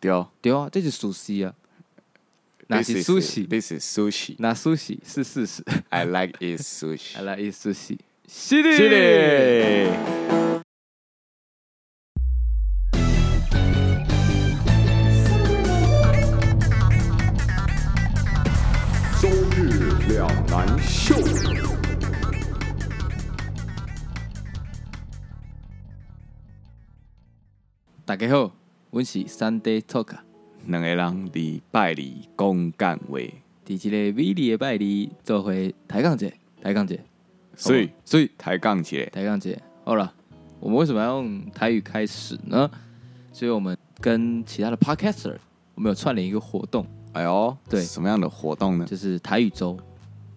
对哦对啊，这是熟悉啊。 那，This 是 is 苏西， this is sushi. 那苏西是事实。 I like it sushi. 来来，一苏西，犀利，是的。周日两难秀，大家好，阮是 Sunday Talk，两个人伫拜二讲干话，伫一个美丽的拜日做回抬杠者，抬杠者，所以所以抬杠起来，抬杠姐，好了，我们为什么要用台语开始呢？所以我们跟其他的 podcaster，我们有串联一个活动，哎呦，对什么样的活动呢？就是台语周。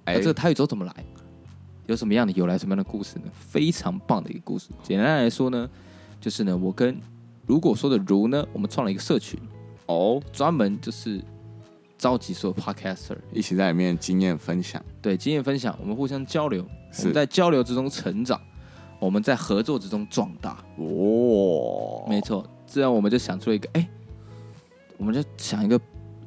那、哎，这个台语周怎么来？有什么样的由来？什么样的故事呢？非常棒的一个故事。简单来说呢，就是呢，我跟如果说的如呢，我们创了一个社群，哦，专门就是召集所有 podcaster，一起在里面经验分享，对经验分享，我们互相交流，是我们在交流之中成长，我们在合作之中壮大。哦，没错，这样我们就想出了一个，哎、我们就想一个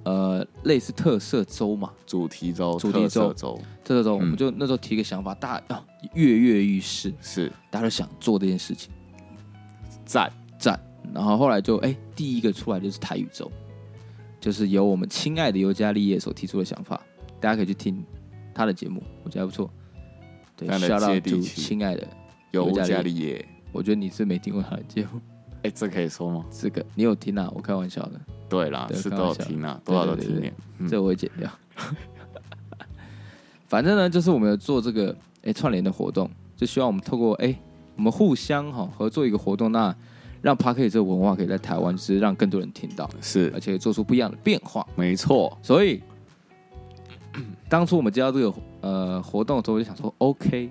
呃类似特色周嘛，主题周、主题周特色周特色周，嗯我们就那时候提一个想法，大家啊跃跃欲试，是大家都想做这件事情，赞，赞。然后后来就哎、第一个出来就是台语周，就是由我们亲爱的尤加利叶所提出的想法，大家可以去听他的节目，我觉得还不错。对，非常地笑到接地主气亲爱的，有尤加利加利耶，我觉得你是没听过他的节目，哎，这可以说吗？这个你有听啊？我开玩笑的。对啦，对是开都有玩笑听啊，对多少都对对听对点，嗯这我会剪掉。 反正呢，就是我们有做这个哎串联的活动，就希望我们透过哎我们互相哈、合作一个活动，那让 p a r k e 这个文化可以在台湾就是让更多人听到，是而且做出不一样的变化。没错，所以当初我们接到这个呃活动的时候，我就想说 OK，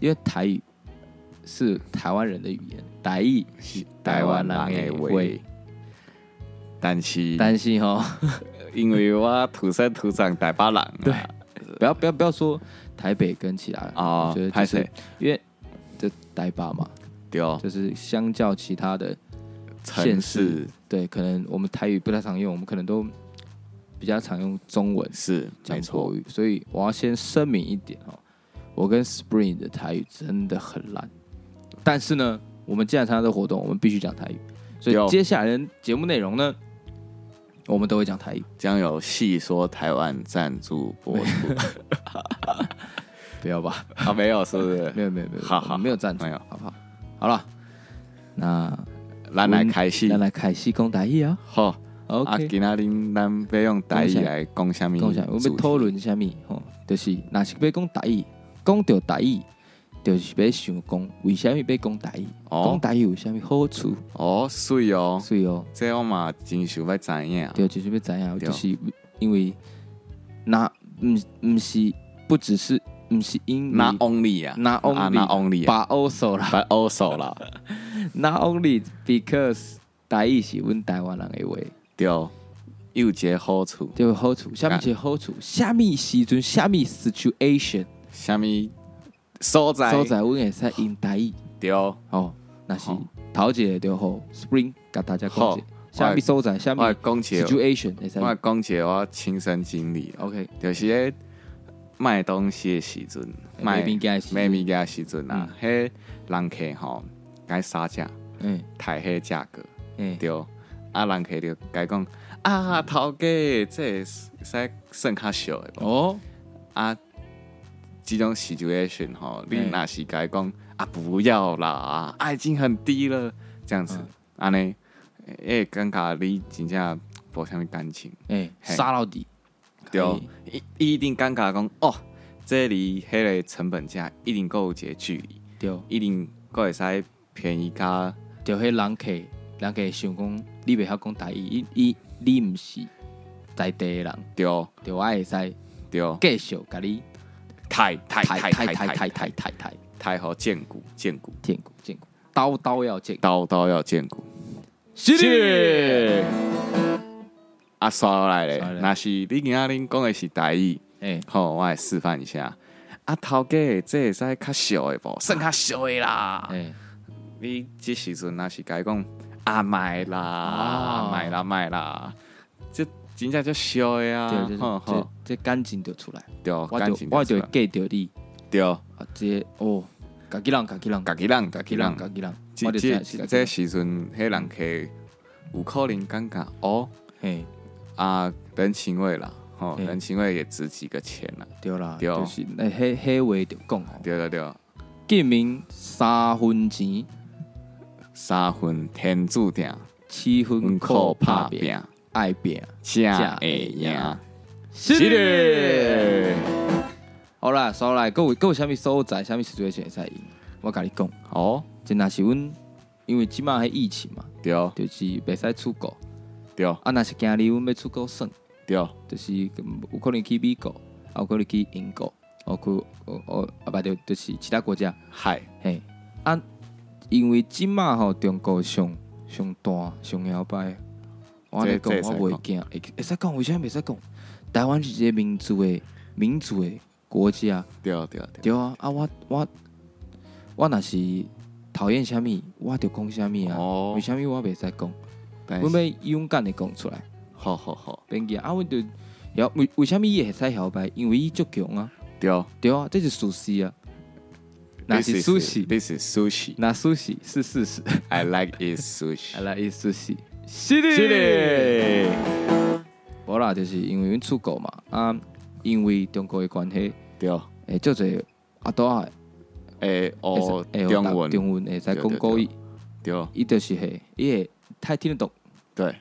因为台语是台湾人的语言，台语是台湾人的话，但是担心哦哈、因为我土生土长台北人啊，对不要不要不要说台北跟其他人啊我觉得，就拍是谁因为这台巴嘛，对哦，就是相较其他的，城县市市对，可能我们台语不太常用，我们可能都比较常用中文是讲没国错，语，所以我要先声明一点哦，我跟 Spring 的台语真的很烂，但是呢，我们既然参加这个活动，我们必须讲台语，所对哦以接下来的节目内容呢，我们都会讲台语，将有戏说台湾赞助播 出不要吧？啊，没有是不 是？没有没有没有，好我好没有赞助，没有好不好？好了，那。咱来开戏咱，来开始讲台语啊。好啊， OK，今仔日咱要用台语讲啥来讲啥物讲啥？我主们题讨论啥物？吼，就是若是要讲台语，讲到台语，就是要想讲为什么要讲台语？讲哦台语有啥物好处？哦，水哦，所以哦，这我嘛真想要知影，对，就是要知影，对就是因为那毋毋是不只是毋是因为那 only 啊，那 only 啊那 only 啊，把 also 啦，把 also 啦，那 only because 台语是阮台湾人的话， 对，又有一个好处，就有好处。啥物是好处？啥物时阵？啥物 situation？啥物所在所在阮会使用台语。对，哦，那是好桃姐就好，Spring 甲大家讲好解，下面所在，下我面讲一个， situation 会使我讲一个我亲身经历哦， OK，就是咧卖东西的时阵，卖物件的时嗯阵卖物件的时阵啊，迄人客吼该杀价，嗯抬迄价格嗯，对，啊人客就该讲啊头家，这会使算较俗的无哦，啊，即种 situation 吼，你嗯若是该讲啊不要啦，啊已经很低了，这样子嗯，安尼，诶感觉你真正无啥物感情。哎，嘿杀到底，对可以，伊伊一定尴尬讲哦，这离迄个成本价一定够有一个距离，对，一定够会使便宜加就迄人客，人客想讲你袂晓讲台语，伊伊你毋是在地的人，对对，我会使对，继续甲你太太抬太抬太抬太抬太抬抬抬，太好见骨见骨，见过见过，刀刀要见，刀刀要见骨。是，啊，刷落来咧刷落，来若是你今仔日讲的是台语，哎，吼，我来示范一下。啊，头家，这会使较俗的无，算较俗的啦。哎，你即时阵若是甲伊讲，啊买啦，啊啊买啦买啦，这真正就烧的啊，对，吼就是这吼这感情就出来，对，我感就情我出就来 get 到你对，啊，这哦，家己人家己人家己人家己人，家己人，这我就这知是这家己时阵，迄人客有可能感觉哦人，嘿，啊，人情味啦，吼，嗯人情味也值几个钱啦，对啦，对就是那迄迄话就讲吼，对对对，见面三分钱，三分天注定，七分分靠靠打打拼拼，爱拼。才会赢。是的。好啦，所来，各有各有啥物所在，啥物 situation 会使赢？我甲你讲，哦，真若是阮，因为即满迄疫情嘛，对哦就是袂使出国。对哦啊，若是今日阮要出国耍，对就是有可能去美国，啊，有可能去英国，啊，去哦哦，啊，不就就是其他国家。嗨，嘿，啊，因为即满吼中国上上大上摇摆，我咧这讲这会我袂惊，会会使讲为啥袂使讲？台湾是一个民主的民主的国家，对哦对对，对啊，啊我我我若是讨厌啥物，我就讲啥物啊，哦哎为啥物我袂使讲？但我是要勇敢的讲出来，哦好好好，变个啊，我就摇为为啥物伊会使摇摆？因为伊足强啊，对，哦对啊，这是事实啊，若是 This 事实， ，This is sushi，I 若事实是事实。 like it 啊 sushi，来意思是，是的，是的，无啦，就是因为阮出国嘛，啊，因为中国的关系，对，诶，足侪阿多啊，诶，哦，会中文，中文会使对对讲国语，对哦伊就是嘿，伊会太听得懂。对，哦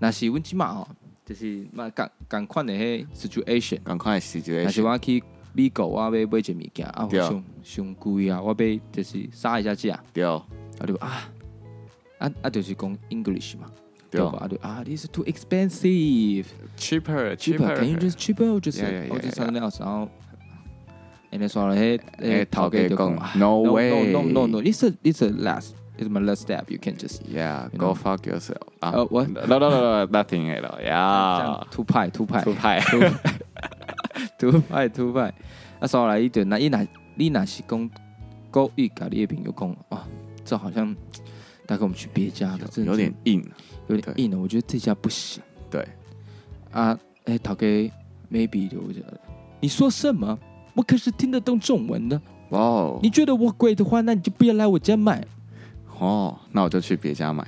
若是阮即满吼，就是嘛共共款的迄 situation，赶快是若这是是我去美国，我要买一个物件，啊，对上上贵啊，我要就是杀一下价，对哦啊就啊啊啊，就是讲 English 嘛，对对哦吧？啊就啊，this is too expensive。 ，cheaper cheaper. Can you cheaper， just cheaper or just Yeah, yeah, or just yeah, yeah. 哎 something else? 然后，and then 哎刷了迄诶，头家讲，no no way， no no no it's a it's a last it's my last step. You can just Yeah, You go know. fuck yourself. 啊 Oh, what? No, no, no, no, nothing at all. 啊 Yeah， two pie two pie 出 派 two pie two pie 啊，刷来伊就那伊若你若是讲国语，甲你的朋友讲哇，这好像大概我们去别家的，真的有点硬。有点硬了，我觉得这家不行对，啊。哎，头家 maybe 留着，你说什么？我可是听得懂中文的。哇哦你，觉得我贵的话，那你就不要来我家买。哦，那我就去别家买。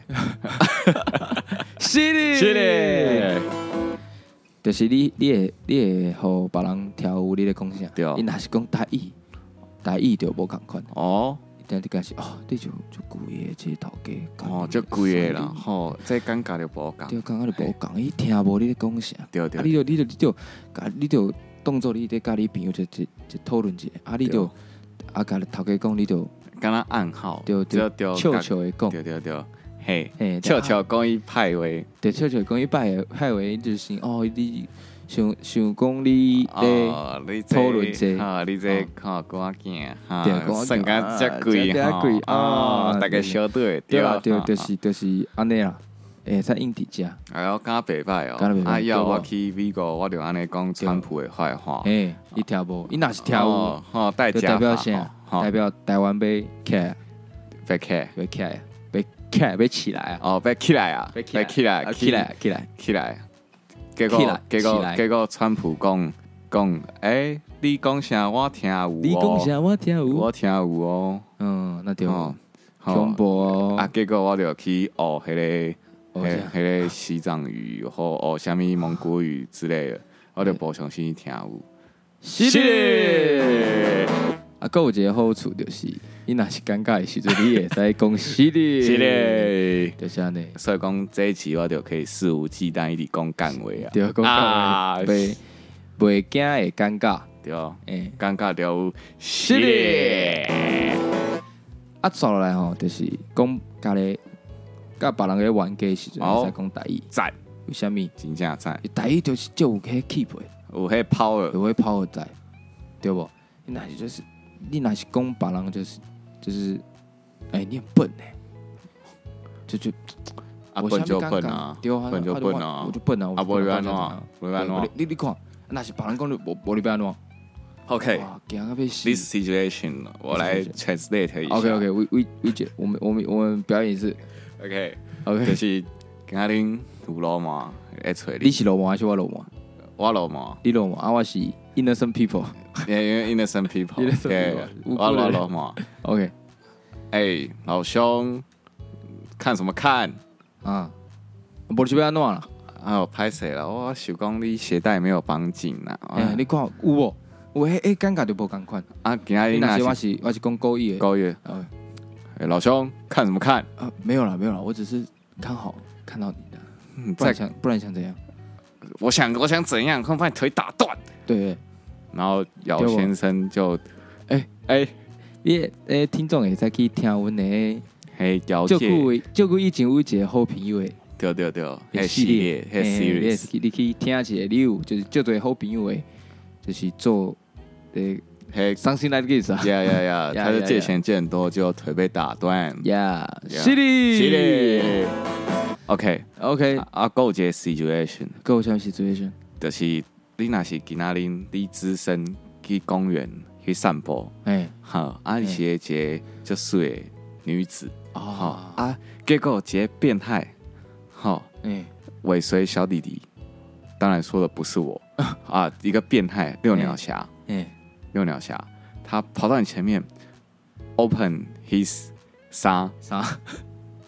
是的是，的，就是你，你会，你会和别人跳舞，你咧讲啥？对你若是讲台语，台语就无共款。哦但你讲是哦，你就就故意这头家。哦，就贵嗯的啦，吼，这尴尬就无讲。对，刚刚就无共，伊听无你咧讲啥。对啊，对你就你就你就，甲你就当做你咧甲你朋友就就就讨论一下。啊，你就啊，甲头家讲，你就敢若暗号，就对就对，笑笑的讲，啊哦对对对，嘿，嘿，笑笑讲伊派位，对，笑笑讲伊拜的派为就是哦，你想想讲你咧，哦，你这讨论这啊，你这看瓜囝，哈对瓜子算甲遮啊贵这么贵吼哦啊，大对概小队对啦，对啊，就啊是就是安尼啦，会使硬伫遮，哎呦，敢袂歹敢若哦袂！歹啊，要我对无去美国，我就安尼讲川普的坏话。诶，伊跳舞，伊若是跳哦，吼，代舞，就价代表法啥？吼代吼表台湾被起来，别起来，被起来，被起来，被起来啊，哦，别起来啊，别来起来，啊起来，起来，起来。结起果来，结起果，来结果，川普讲讲，诶，你讲啥我听有哦，你讲啥我跳舞我，听有哦，嗯，那对，吼，吼恐怖啊哦，，结果我就去学迄个，哦迄这样迄个西藏语，或学啥物蒙古语之类哎的，我就无相信听有。是的，啊，还有一个好处就是，伊若是尴尬的时阵，你会使讲是的， 是，嘞，就是安尼。所以讲这一期我就可以肆无忌惮一直讲干话啊，对，讲到啊袂袂惊会尴尬，对，哦诶、尴尬掉是嘞，啊，接落来吼，就是讲家己甲别人咧冤家的时阵，哦会使讲台语，赞，为虾米？真正赞，台语就是就有迄 keep 的，有迄 power，有迄 power 在，对无？你若是就是你若是讲别人就是就是，哎、你很笨呢、就就啊我笨下就面笨刚啊刚，对啊，笨就啊笨我啊我就，笨啊，我啊就笨不然要安怎对不然要安怎啊你你你看，啊若是别人讲你无无你要安怎？ ，OK。哇，惊到要死 This situation，我来 translate 一下。 OK OK，我我我姐，我们我们我们表演是 OK，就 OK，是今仔日有老毛会找你你，是流氓还是我流氓？我老毛，你流氓啊，我是 innocent people。 因为 innocent people， Innocent 对 people，，无辜我的人老老毛， OK 哎，老兄，看什么看？啊，不是要安怎啦？啊，我拍谁了？我想讲你鞋带没有绑紧啊呐。哎、你看有无？有迄迄尴尬就无共款。啊，今仔你日那那是我是是我是讲故意的。高月，哦哎，老兄，看什么看？啊，没有啦，没有啦，我只是刚好看到你的，嗯不然再想不然想怎样？我想我想怎样？快把你腿打断！对对然后姚结果先生就，哎哎，你的诶，听众会使去听阮的，嘿，姚照姐，顾照顾以前有一个好朋友的对对对，那嘿系列，嘿嘿你会 series，去你去听一下，你有就是照对好朋友的，就是做诶嘿， something like this 啊， 呀呀呀，呀他就呀借呀钱借很多，就腿被打断。呀， Yeah 是的，系列，OK， ，OK，啊啊，还有一个 situation，够有 situation，就是你若是今仔日你只身去公园去散步。哎，好，啊，伊是一个足水的女子，吼哦，啊，结果一个变态，吼哎，尾随小弟弟，当然说的不是我 啊，一个变态六鸟侠，哎。六鸟侠，他跑到你前面，open his 衫，啥？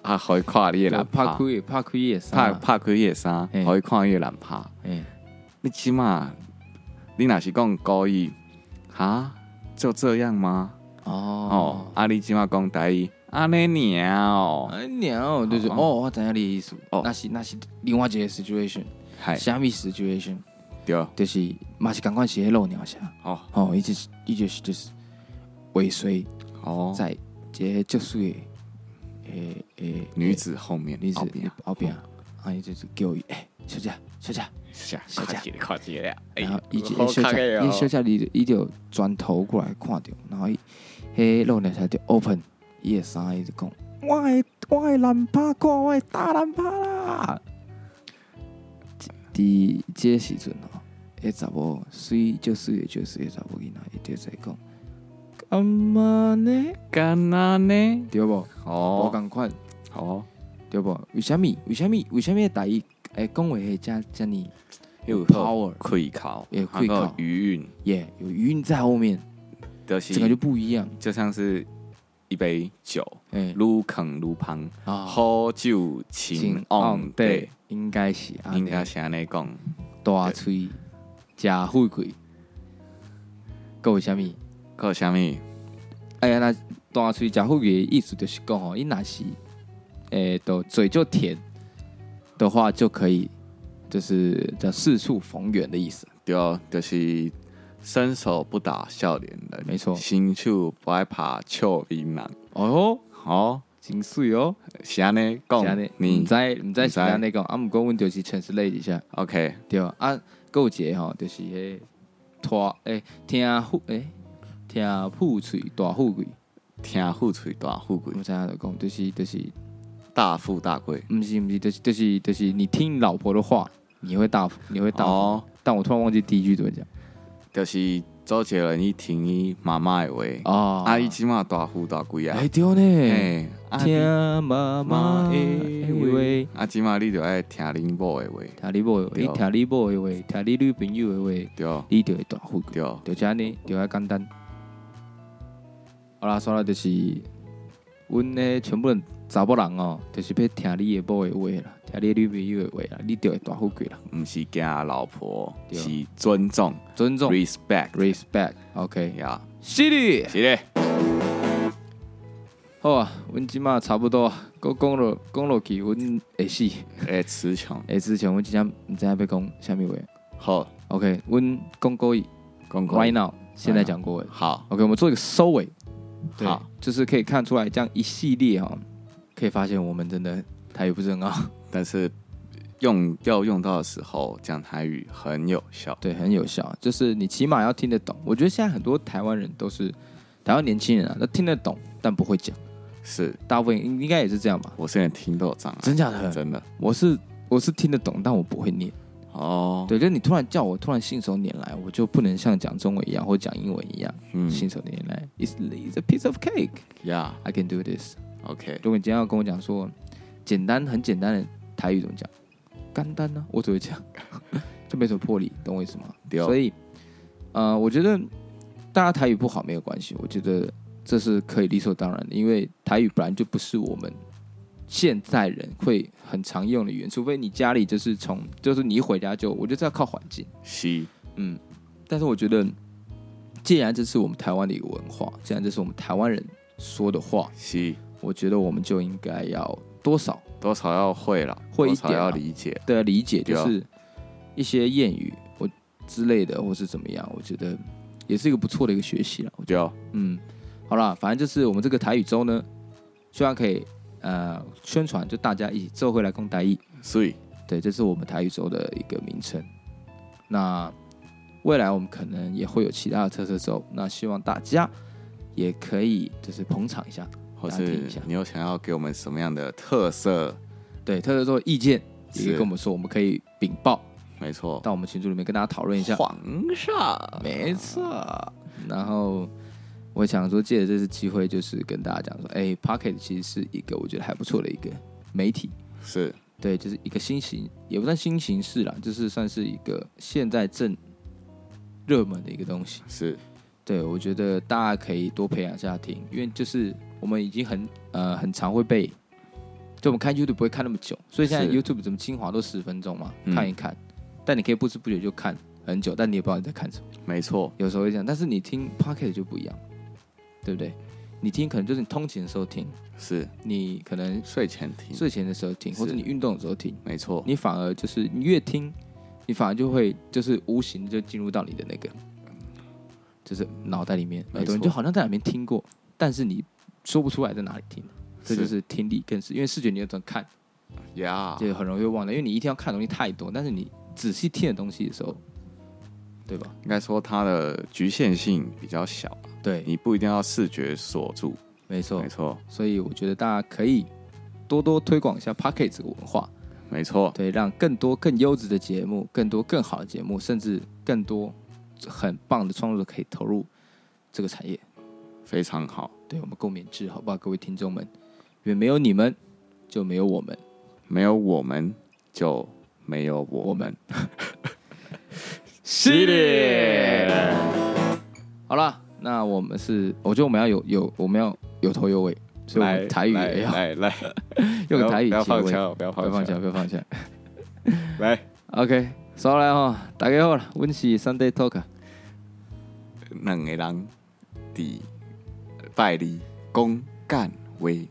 啊，互伊看你的就懒拍开趴，的拍开的拍啥？拍开伊的衫，嘿互伊看伊的懒趴，啊哎你起码，你若是讲故意，哈，就这样吗？哦哦，啊，你即马讲台语，安尼尔哦，哎鸟就是哦哦，我知影你的意思。哦哎那是那是另外一个 situation，嗨，虾米 situation？对，就是嘛是赶快是迄漏鸟虾。哦哦，伊就是伊就是就是尾随哦，在一个足水的诶诶女子哦后面，女子后面后边，啊伊就是叫伊诶小姐小姐，是啊，小姐看起来看起来啊，哎然后伊就好小看姐的伊小哦，姐伊伊就转头过来看着，然后伊迄漏鸟虾就 open 伊的衫伊就讲。我的我的蓝帕哥，我的大蓝帕啦！伫即个时阵吼，迄查某水就水的就水的查某囡仔，伊就在讲，阿妈呢？干哪呢？对无？无哦共款，哦，对无？为虾米？为虾米？为虾米大伊诶讲话会遮遮尼有 power 溃口，有还气口有余韵，耶？有余韵在后面，就这个就是不一样。就像是一杯酒，诶，愈啃愈香，啊好酒情 on 哦对，，应该是啊，应该是安尼讲，大喙食富贵，还有虾嗯米？还有啥物？哎呀，那大喙食富贵的意思就是讲吼，伊若是诶，都、嘴就甜的话，就可以就是叫四处逢源的意思。对，啊就是伸手不打笑脸人，没错新手不爱爬笑脸人。哦哟，哦，真水哦，是安尼是安讲尼，，嗯毋你知毋知是不知安尼讲，啊，毋过阮就是 translate 一下， OK 对啊，啊，还有一个吼，就是迄拖诶，听富诶，听富喙大富贵，听富贵大富贵我，知影就讲，就是就是，大富大贵。毋是毋是，就是就是就是，你听你老婆的话，你会大富你会大富，哦，但我突然忘记第一句怎么讲。就是周杰伦伊听伊妈妈的话，哦，啊，伊即满大富大贵啊哎，。对呢，哎，啊你听妈妈的话，啊，即满你就爱听恁某的话，听你某的话，对你听你某的话，听你女朋友的话，对你就会大富贵，对，就这样呢，就遐简单。好啦，算了，就是，阮呢全部人查某人哦，就是要听你的某的话啦，听你的女朋友的话啦，你就会大富贵啦。毋是惊老婆，对是尊重尊重，respect， ，respect，OK，呀，是的。是咧。好啊，阮即马差不多啊，讲讲落讲落去，阮会死。诶，词穷，诶，之前阮真正毋知影要讲啥物话。好， OK，阮讲国语公公，right now，现在讲国文。好， OK，我们做一个收尾。对好，就是可以看出来这样一系列哈、可以发现我们真的台语不是很好，但是用要用到的时候讲台语很有效。 对，很有效。就是你起码要听得懂。我觉得现在很多台湾人都是台湾年轻人啊，都听得懂但不会讲，是，大部分应应该也是这样吧？我现在听都有障碍，真假的？真的我是我是听得懂，但我不会念。哦。对，就你突然叫我，突然信手拈来，我就不能像讲中文一样或讲英文一样、嗯信手拈来。It's it's a piece of cake. ，Yeah，OK， I can do this. 如果你今天要跟我讲说，简单很简单的台语怎么讲？干单呢、我只会讲， 就没什么魄力，懂我意思吗？对所以，呃，我觉得大家台语不好没有关系，我觉得这是可以理所当然的，因为台语本来就不是我们现代人会很常用的语言，除非你家里就是从就是你一回家就，我觉得这要靠环境。是嗯，但是我觉得，既然这是我们台湾的一个文化，既然这是我们台湾人说的话，是，我觉得我们就应该要多少多少要会了，会一多少点啊要理解，的理解，对就啊是一些谚语或之类的，或是怎么样，我觉得也是一个不错的一个学习了。对啊，嗯，好啦，反正就是我们这个台语周呢，希望可以呃宣传，就大家一起做回来共台语。所以对，这是我们台语周的一个名称。那未来我们可能也会有其他的特色周，那希望大家也可以就是捧场一下。或大家听是一下你有想要给我们什么样的特色？对，特色周的意见也可以是跟我们说，我们可以禀报没错，到我们群组里面跟大家讨论一下。皇上没错。然后我想说，借着这次机会，就是跟大家讲说，哎、p o c k e t 其实是一个我觉得还不错的一个媒体，是对，就是一个新型，也不算新形式啦，就是算是一个现在正热门的一个东西。是对，我觉得大家可以多培养一下听，因为就是我们已经很呃很常会被，就我们看 YouTube 不会看那么久，所以现在是 YouTube 怎么精华都十分钟嘛，嗯看一看，但你可以不知不觉就看很久，但你也不知道你在看什么。没错，有时候会这样，但是你听 Pocket 就不一样，对不对？你听可能就是你通勤的时候听，是你可能睡前听，睡前的时候听，是或者你运动的时候听，没错，你反而就是你越听，你反而就会就是无形地就进入到你的那个，就是脑袋里面，没错耳朵你就好像在哪边听过，但是你说不出来在哪里听的。这是就是听力更是，因为视觉你要怎么看，呀，就很容易忘的，因为你一天要看的东西太多，但是你仔细听的东西的时候，对吧？应该说它的局限性比较小，对，你不一定要视觉锁住，没错没，错，所以我觉得大家可以多多推广一下 Pocket 这个文化，没错，对，让更多更优质的节目、更多更好的节目，甚至更多很棒的创作者可以投入这个产业。非常好，对我们共勉之，好不好，各位听众们？因为没有你们，就没有我们。没有我们就没有我 们，是的。好了，那我们是，我觉得我们要有有我们要有头有尾，所以我来们台语也要来来，用台语不要结放尾。枪，不要不要放放下，不要放下。来， OK，收来吼，大家好啦，阮是 Sunday Talk，两个人伫拜里公干为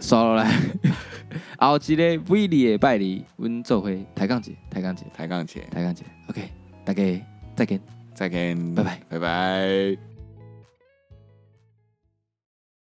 刷落来。 后一个每日的拜日，阮做伙抬杠节，抬杠节，抬杠姐，抬杠节。OK，大家再见。再见，拜拜，拜拜。